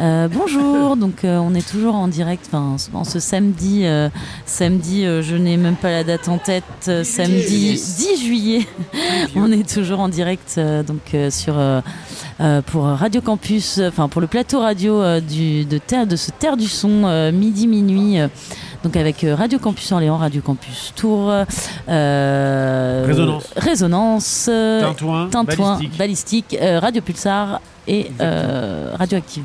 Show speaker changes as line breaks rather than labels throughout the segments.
Euh, bonjour, donc euh, on est toujours en direct, enfin en ce samedi, euh, samedi, euh, je n'ai même pas la date en tête, euh, samedi 10 juillet, on est toujours en direct euh, donc euh, sur euh, euh, pour Radio Campus, euh, enfin pour le plateau radio euh, du de terre de ce terre du son euh, midi minuit, euh, donc avec euh, Radio Campus Orléans, Radio Campus Tours, euh,
Résonance.
Résonance, euh,
Tintouin,
Tintouin, Balistique,
Balistique.
euh, Radio Pulsar et
Exactement.
euh, Radioactive.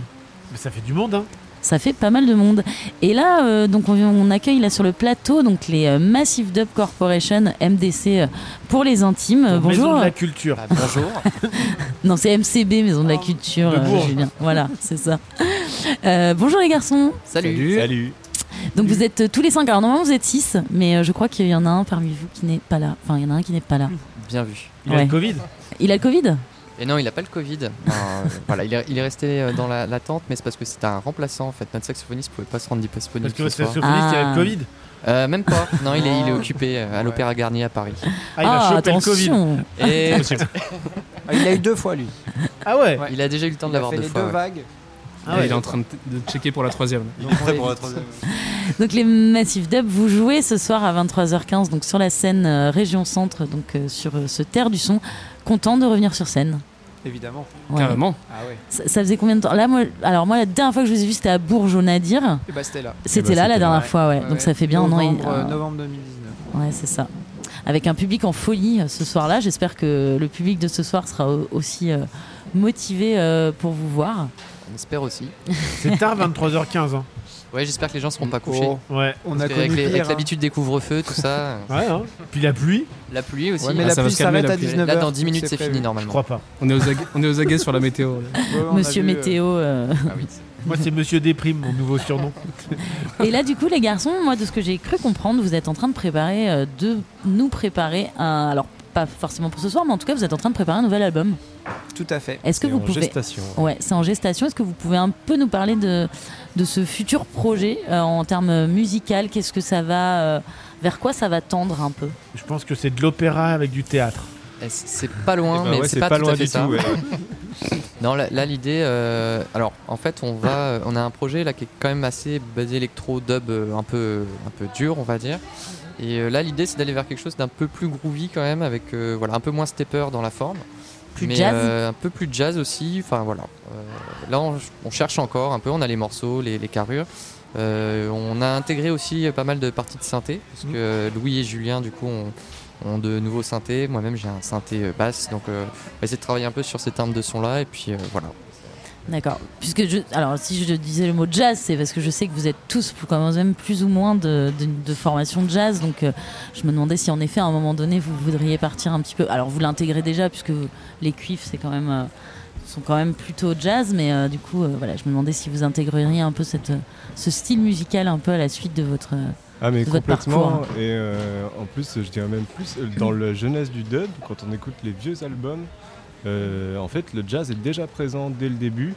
Mais ça fait du monde, hein
Ça fait pas mal de monde. Et là, euh, donc on, on accueille là sur le plateau donc les euh, Massive Dub Corporation, MDC euh, pour les intimes. Euh,
Maison
bonjour.
de la culture.
Ah, bonjour.
Non, c'est MCB, Maison de la Culture. euh,
de Bourges.
Julien. Voilà, c'est ça. Euh, bonjour les garçons.
Salut.
Salut.
Donc vous êtes euh, tous les cinq. Alors normalement vous êtes six, mais euh, je crois qu'il y en a un parmi vous qui n'est pas là. Enfin, il y en a un qui n'est pas
Mm.
là.
Bien vu.
Il a
Ouais.
le Covid.
Il a le Covid
Et non, il n'a pas le Covid. Enfin, euh, voilà, il est, il est resté euh, dans la, la tente, mais c'est parce que c'était un remplaçant en fait. Notre saxophoniste pouvait pas se rendre disponible
Parce que
ce
votre
soir.
saxophoniste, il a
Ah.
le Covid.
Euh, même pas. Non, il est, il est occupé euh, à l'Opéra Garnier à Paris.
Ah, il a chopé le Covid.
attention.
Et
Ah, il l'a eu deux fois lui.
Ah ouais,
il a déjà eu le temps de
il a
l'avoir
fait
deux
les
fois.
deux
ouais.
vagues.
Ah ouais.
il est en train de, de checker pour la troisième.
Il
Donc,
est
on
prêt
les
pour la
vit.
troisième.
Donc les Massive Dub, vous jouez ce soir à 23h15 donc sur la scène euh, Région Centre, donc euh, sur euh, ce terre du son. Content de revenir sur scène.
Évidemment.
Ouais.
Carrément.
Ah ouais.
Ça, ça faisait combien de temps Là, moi, alors moi, la dernière fois que je vous ai vu, c'était à Bourges au Nadir.
Et bah c'était là.
C'était là la
bah,
dernière
c'était
là, ouais.
fois, ouais. Donc ça fait bien un an. et-
novembre, euh,
un-
novembre 2019.
Ouais, c'est ça. Avec un public en folie euh, ce soir-là. J'espère que le public de ce soir sera au- aussi euh, motivé euh, pour vous voir.
On espère aussi.
c'est tard, 23h15. hein.
Ouais, j'espère que les gens seront pas couchés.
Oh,
Ouais.
on a
Parce que
connu
avec les-
pire.
avec
hein.
l'habitude des couvre-feux, tout ça, euh,
Ouais, hein. Puis la pluie,
la pluie aussi.
Ouais, mais
Ah,
la
ça va
pluie
se calmer,
s'arrête
la
à
pluie.
19h.
Là, dans 10 minutes, c'est
prévu.
fini hein.
je
normalement.
crois pas.
On est aux aguets, on est aux aguets sur la météo. là.
Ouais, on a
Monsieur
vu, euh,
Météo. euh,
Ah oui.
Moi, c'est Monsieur Déprime, mon nouveau surnom.
Et là, du coup, les garçons, moi, de ce que j'ai cru comprendre, vous êtes en train de préparer, euh, de nous préparer un. Alors, pas forcément pour ce soir, mais en tout cas, vous êtes en train de préparer un nouvel album.
Tout à fait.
Est-ce que
Et
vous
en
pouvez.
gestation.
Ouais, c'est en gestation. Est-ce que vous pouvez un peu nous parler de, de ce futur projet euh, en termes musical Qu'est-ce que ça va. euh, vers quoi ça va tendre un peu
Je pense que c'est de l'opéra avec du théâtre.
Eh, C'est c'est pas loin,
Ah
Eh ben
mais
ouais,
c'est pas, tout à fait ça.
ouais.
Non, là, là, l'idée, euh, alors en fait, on va, euh, on a un projet là qui est quand même assez basé électro dub, euh, un peu, un peu dur, on va dire. Et euh, là, l'idée, c'est d'aller vers quelque chose d'un peu plus groovy quand même, avec euh, voilà, un peu moins stepper dans la forme,
Plus
mais
jazz
euh, un peu plus jazz aussi. Enfin voilà, Euh, là, on, on cherche encore un peu. On a les morceaux, les, les carrures. Euh, on a intégré aussi euh, pas mal de parties de synthé, parce que euh, Louis et Julien, du coup, ont, ont de nouveaux synthés. Moi-même, j'ai un synthé euh, basse, donc euh, on va essayer de travailler un peu sur ces timbres de son là, et puis euh, voilà.
D'accord. Puisque je, alors si je disais le mot jazz, c'est parce que je sais que vous êtes tous plus- quand même plus ou moins de, de, de formation jazz, donc euh, je me demandais si en effet à un moment donné vous voudriez partir un petit peu. Alors vous l'intégrez déjà puisque vous- les cuivres c'est quand même euh, sont quand même plutôt jazz, mais euh, du coup euh, voilà, je me demandais si vous intégreriez un peu cette euh, ce style musical un peu à la suite de votre. euh,
Ah mais
Votre
complètement.
parcours.
Et euh, en plus, je dirais même plus euh, dans le jeunesse du dub, quand on écoute les vieux albums, euh, en fait, le jazz est déjà présent dès le début.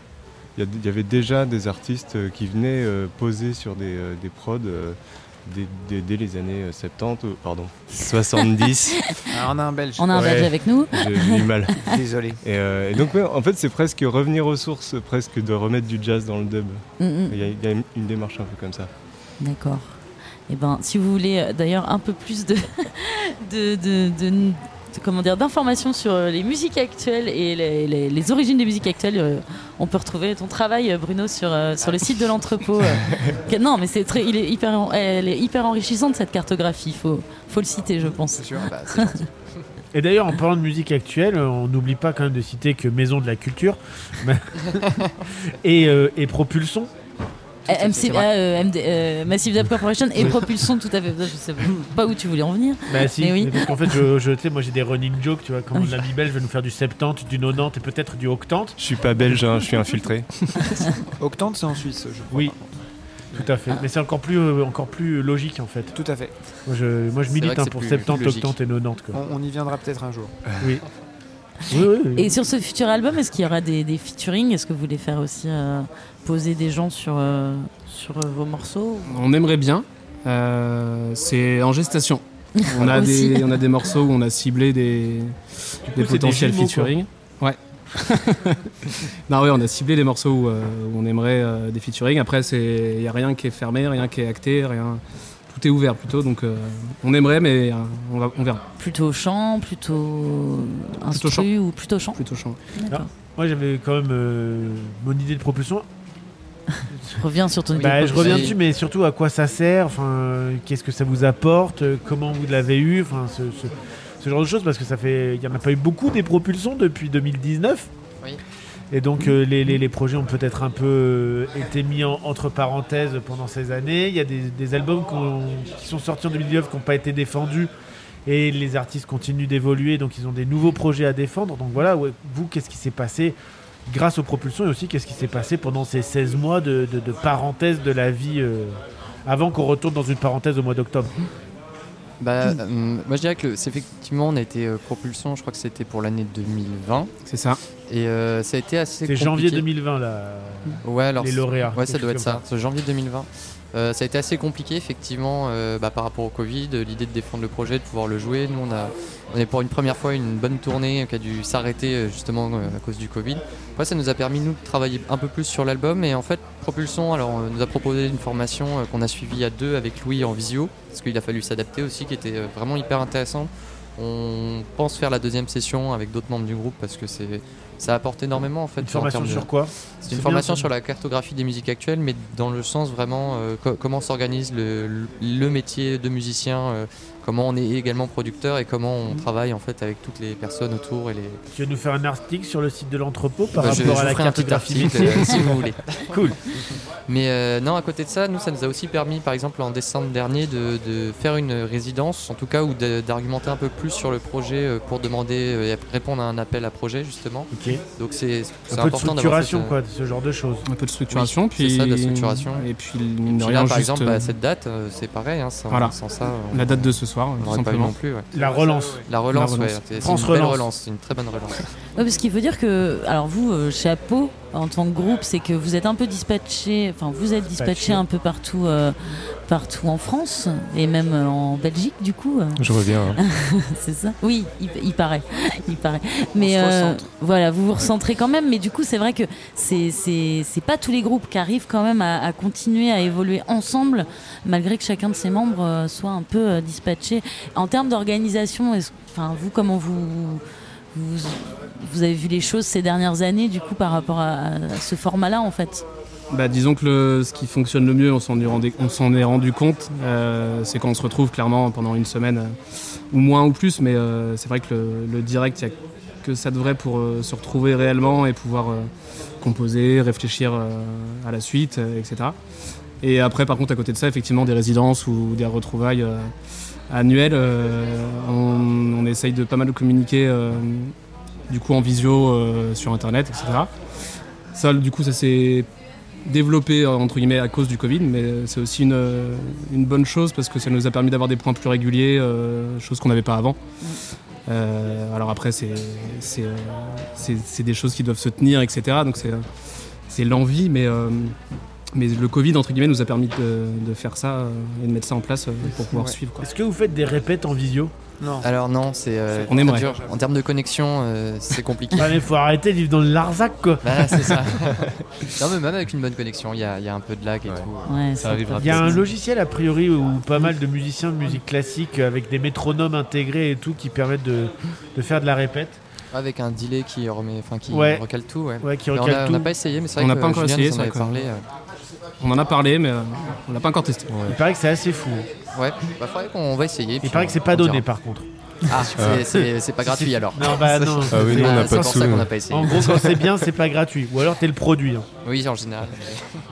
Il y, a- il y avait déjà des artistes euh, qui venaient euh, poser sur des, euh, des prods. euh, dès- dès- dès les années euh, 70, euh, pardon, 70,
Ah, on a un belge.
On a un
Ouais.
badge avec nous.
j'ai j'ai du mal.
Désolé.
Et, euh, et donc, ouais, en fait, c'est presque revenir aux sources, presque de remettre du jazz dans le dub.
Mm, mm.
Il y a, il y a une- une démarche un peu comme ça.
D'accord. Et ben, si vous voulez euh, d'ailleurs un peu plus de, de, de- de- de- comment dire, d'informations sur euh, les musiques actuelles et les, les- les origines des musiques actuelles, euh, on peut retrouver ton travail, euh, Bruno, sur, euh, sur le site de l'entrepôt. euh. Que- non, mais c'est très, il est hyper, en- eh, elle est hyper enrichissante cette cartographie. Faut, faut le citer, je pense.
C'est sûr.
Bah, c'est gentil.
Et d'ailleurs, en parlant de musique actuelle, on n'oublie pas quand même de citer que Maison de la Culture et, euh, et Propulsion.
Eh,
fait, c'est
MCBA,
vrai.
euh, MD, euh, Massive Dub Corporation et Propulsion, tout à fait. Je sais pas où tu voulais en venir.
Bah si,
Mais oui.
mais parce qu'en fait, je, je- tu sais, moi j'ai des running jokes, tu vois, quand on a mis belge, je vais nous faire du 70, du 90 et peut-être du 80.
Je suis pas belge, hein, je suis infiltré.
Octante, c'est en Suisse, je crois.
Oui. Tout à fait. Mais c'est encore plus, euh, encore plus logique en fait.
Tout à fait.
Moi je, moi, je
C'est
milite
vrai que
hein,
c'est
pour
plus
70,
logique.
80 et 90.
On,
Quoi.
on y viendra peut-être un jour.
Oui. Oui, oui, oui.
Et sur ce futur album, est-ce qu'il y aura des, des featuring Est-ce que vous voulez faire aussi euh, poser des gens sur, euh, sur euh, vos morceaux
On aimerait bien. Euh, c'est en gestation. On a,
Aussi.
des, on a des morceaux où on a ciblé des,
coup,
des
c'est
potentiels
des jumeaux,
featuring. Ouais. non, ouais, on a ciblé des morceaux où, euh, où on aimerait euh, euh, des featuring. Après, il n'y a rien qui est fermé, rien qui est acté, rien. Tout est ouvert plutôt, donc euh, on aimerait, mais euh, on, va, on verra.
Plutôt chant, plutôt euh, instru
chant.
ou plutôt chant
Plutôt chiant.
D'accord.
Moi, j'avais quand même euh, mon idée de propulsion.
Reviens sur ton
Oui.
Bah, je reviens
c'est-
dessus, mais surtout à quoi ça sert, enfin, euh, qu'est-ce que ça vous apporte, euh, comment vous l'avez eu, enfin, ce, ce- ce genre de choses, parce que ça fait, il n'y en a pas eu beaucoup des propulsions depuis 2019.
Oui.
Et donc euh, les, les- les projets ont peut-être un peu euh, été mis en- entre parenthèses pendant ces années. Il y a des, des albums qu'on- qui sont sortis en 2019 qui n'ont pas été défendus. Et les artistes continuent d'évoluer, donc ils ont des nouveaux projets à défendre. Donc voilà, ouais, vous, qu'est-ce qui s'est passé grâce aux propulsions et aussi qu'est-ce qui s'est passé pendant ces 16 mois de, de- de parenthèse de la vie euh, avant qu'on retourne dans une parenthèse au mois d'octobre.
Bah, euh, moi je dirais que le- c'est effectivement on a été euh, propulsion, je crois que c'était pour l'année 2020
C'est ça.
et euh, ça a été assez
C'est
compliqué.
janvier 2020 là,
Ouais, alors
les
c'est-
lauréats.
Ouais, ça
quelque
doit être
chose
ça, ce janvier 2020. Euh, ça a été assez compliqué, effectivement, euh, bah, par rapport au Covid, euh, l'idée de défendre le projet, de pouvoir le jouer. Nous, on, a, on est pour une première fois une bonne tournée euh, qui a dû s'arrêter euh, justement euh, à cause du Covid. Après, ça nous a permis, nous, de travailler un peu plus sur l'album. Et en fait, Propulsion, alors, on nous a proposé une formation euh, qu'on a suivie à deux avec Louis en visio, parce qu'il a fallu s'adapter aussi, qui était euh, vraiment hyper intéressant. On pense faire la deuxième session avec d'autres membres du groupe parce que c'est ça apporte énormément en fait.
Une
en
formation
termes de-
sur quoi
c'est
C'est
une
bien,
formation
ça.
sur la cartographie des musiques actuelles, mais dans le sens vraiment euh, co- comment s'organise le, le- le métier de musicien, euh, comment on est également producteur et comment
Mm.
on travaille en fait avec toutes les personnes autour et les.
Tu veux nous faire un article sur le site de l'entrepôt par
Bah,
rapport
je- je
à
vous
la
ferai un petit
cartographie
article,
métier
euh, si vous voulez.
Cool.
Mais euh, non, à côté de ça, nous, ça nous a aussi permis, par exemple, en décembre dernier, de, de faire une résidence, en tout cas, ou de- d'argumenter un peu plus sur le projet euh, pour demander euh, et répondre à un appel à projet justement.
Ok.
Donc c'est c'est
Un peu de
important d'avoir cette,
structuration
euh,
quoi, de ce genre de choses.
Un peu de structuration,
c'est
puis.
ça, de la structuration.
Et puis,
Et
mine de
puis
rien,
là, par
juste,
exemple,
euh,
à cette date, euh, c'est pareil. hein, sans,
Voilà.
sans ça, on-
la date de ce soir,
on
tout
n'aurait pas eu
simplement.
non plus. ouais.
La relance.
La relance,
La relance.
ouais. C'est- C'est une
France
belle
relance.
relance, c'est une très bonne relance.
Oui, parce qu'il faut dire que, alors vous, euh, chez Apo, en tant que groupe, c'est que vous êtes un peu dispatché, enfin vous êtes dispatché
Dispatché.
un peu partout, euh, partout en France et même euh, en Belgique du coup, euh,
Je reviens. hein.
c'est ça Oui, il, il paraît, il paraît. Mais
se
euh,
recentre.
voilà, vous vous recentrez quand même, mais du coup c'est vrai que c'est c'est c'est pas tous les groupes qui arrivent quand même à, à continuer à évoluer ensemble, malgré que chacun de ses membres euh, soit un peu euh, dispatché. En termes d'organisation, est-ce- enfin vous comment vous vous, vous avez vu les choses ces dernières années, du coup, par rapport à, à ce format-là, en fait.
Bah, disons que le- ce qui fonctionne le mieux, on s'en est rendu, on s'en est rendu compte, euh, c'est quand on se retrouve clairement pendant une semaine, euh, ou moins ou plus, mais euh, c'est vrai que le, le direct, il n'y a que ça de vrai pour euh, se retrouver réellement et pouvoir euh, composer, réfléchir euh, à la suite, euh, etc. Et après, par contre, à côté de ça, effectivement, des résidences ou des retrouvailles euh, annuelles, euh, on, on essaye de pas mal communiquer, euh, du coup, en visio euh, sur Internet, etc. Ça, du coup, ça s'est développé euh, entre guillemets à cause du Covid, mais euh, c'est aussi une, euh, une bonne chose parce que ça nous a permis d'avoir des points plus réguliers, euh, chose qu'on n'avait pas avant. Euh, alors après, c'est c'est, euh, c'est- c'est des choses qui doivent se tenir, etc. Donc c'est euh, c'est l'envie, mais euh, mais le Covid entre guillemets nous a permis de, de faire ça euh, et de mettre ça en place euh, pour pouvoir
Ouais.
suivre. quoi.
Est-ce que vous faites des répètes en visio
Non.
Alors non, c'est euh,
On
très
aimerait.
dur. En termes de connexion, euh, c'est compliqué.
Ah mais faut arrêter de vivre dans le Larzac quoi.
Bah, c'est ça. non, mais même avec une bonne connexion, il y a, il y a un peu de lag et
Ouais.
tout.
Ouais,
Ça arrivera
Il y a un
peut-être.
logiciel a priori où pas mal de musiciens de musique classique euh, avec des métronomes intégrés et tout qui permettent de, de faire de la répète.
Avec un delay qui remet, enfin qui
Ouais.
recale tout. Ouais.
Ouais, qui
Mais on
recale
a- on
tout.
n'a pas essayé, mais c'est
On
vrai
n'a
que
pas encore
Julien
essayé,
nous en
ça,
avait
quoi.
parlé. euh.
On en a parlé, mais euh, on l'a pas encore testé.
Il paraît que c'est assez fou.
Ouais, bah faudrait qu'on va essayer.
Il
puis
paraît
on-
que c'est
on
pas
dira.
donné par contre.
Ah, c'est- c'est c'est pas gratuit alors.
Non bah non.
Ah oui, nous, on n'a
Ah,
pas
C'est
de
pour ça
sous.
qu'on n'a pas essayé.
En gros quand c'est bien c'est pas gratuit. Ou alors t'es le produit. hein.
Oui, en général.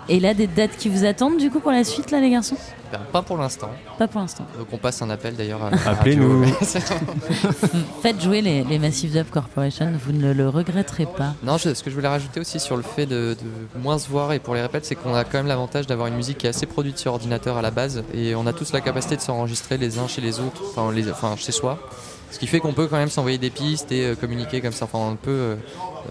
Et là, des dates qui vous attendent, du coup, pour la suite, là, les garçons
Ben, pas pour l'instant.
Pas pour l'instant.
Donc on Euh, passe un appel d'ailleurs. à- à
Appelez-nous.
Radio- C'est-
Faites jouer les, les Massive Dub Corporation, vous ne le regretterez pas.
Non, je- ce que je voulais rajouter aussi sur le fait de, de moins se voir et pour les répètes, c'est qu'on a quand même l'avantage d'avoir une musique qui est assez produite sur ordinateur à la base et on a tous la capacité de s'enregistrer les uns chez les autres, enfin, les- enfin, chez soi. Ce qui fait qu'on peut quand même s'envoyer des pistes et euh, communiquer comme ça. Enfin, on peut euh,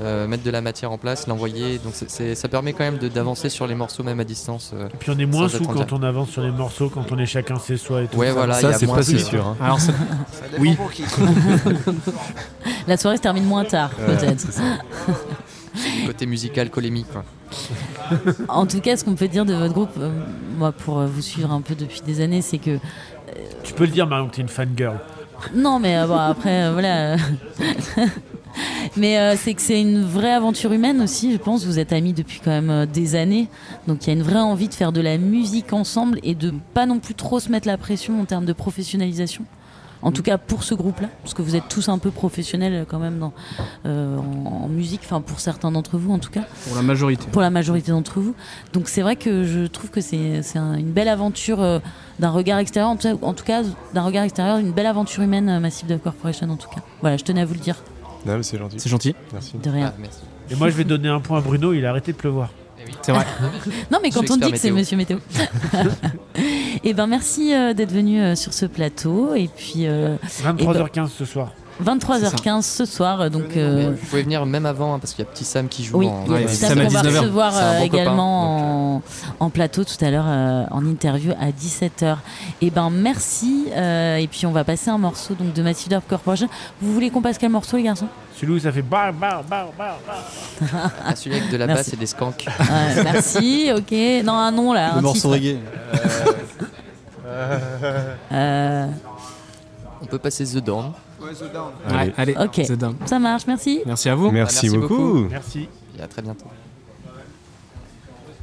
euh, mettre de la matière en place, l'envoyer. Donc c'est- c'est- ça permet quand même de- d'avancer sur les morceaux même à distance. euh.
Et puis on est moins
Sans
sous
attendre.
quand on avance sur les morceaux, quand on est chacun chez soi et tout.
Ouais,
ça.
voilà. il y
Ça,
a
c'est
moins
pas
de-
si sûr. hein.
Alors ça-
Ça dépend
Oui.
pour qui.
La soirée se termine moins tard,
Ouais,
peut-être.
c'est Euh, ça.
Côté musical, colémique. quoi.
En tout cas, ce qu'on peut dire de votre groupe, euh, moi pour euh, vous suivre un peu depuis des années, c'est que
Tu peux le dire, Marion, que t'es une fangirl.
Non, mais euh, bon, après, euh, voilà. euh, mais euh, c'est que c'est une vraie aventure humaine aussi, je pense. Vous êtes amis depuis quand même euh, des années. Donc il y a une vraie envie de faire de la musique ensemble et de pas non plus trop se mettre la pression en termes de professionnalisation. En tout cas pour ce groupe-là, parce que vous êtes tous un peu professionnels euh, quand même dans, euh, en, en musique, enfin pour certains d'entre vous en tout cas
pour la majorité.
pour la majorité d'entre vous. Donc c'est vrai que je trouve que c'est c'est un- une belle aventure euh, d'un regard extérieur, en tout cas- en tout cas d'un regard extérieur, une belle aventure humaine euh, Massive Dove Corporation en tout cas. Voilà, je tenais à vous le dire,
Non, mais c'est gentil.
C'est gentil.
Merci.
de rien.
Ah, merci.
Et moi, je vais donner un point à Bruno, il a arrêté de pleuvoir.
C'est vrai.
Non mais
Ah, Je
quand
suis
on dit
expert
que c'est Monsieur
météo.
Météo. Eh ben merci euh, d'être venu euh, sur ce plateau et puis euh,
23h15 ce soir.
23h15 ce soir euh, donc euh,
Vous pouvez venir même avant, hein, parce qu'il y a Petit Sam qui joue.
oui,
en-
il y a
ouais,
Petit
ça
Sam
m'a
qu'on va
19h.
recevoir
C'est un
euh,
bon
également en, en plateau tout à l'heure euh, en interview à 17h. Et ben merci euh, et puis on va passer un morceau donc de Massive Dove Corporation. Vous voulez qu'on passe quel morceau les garçons
Celui où ça fait bar, bar, bar, bar, bar.
Ah, celui avec de la
Merci.
basse et des skanks.
Ouais, Merci, OK. Non, un nom là,
Le
un
morceau
titre.
reggae.
Euh,
On peut passer The Dawn.
Ouais, allez,
Ok.
c'est dingue.
ça marche, merci.
Merci à vous.
Merci,
Merci beaucoup.
beaucoup.
Merci.
Et à très bientôt.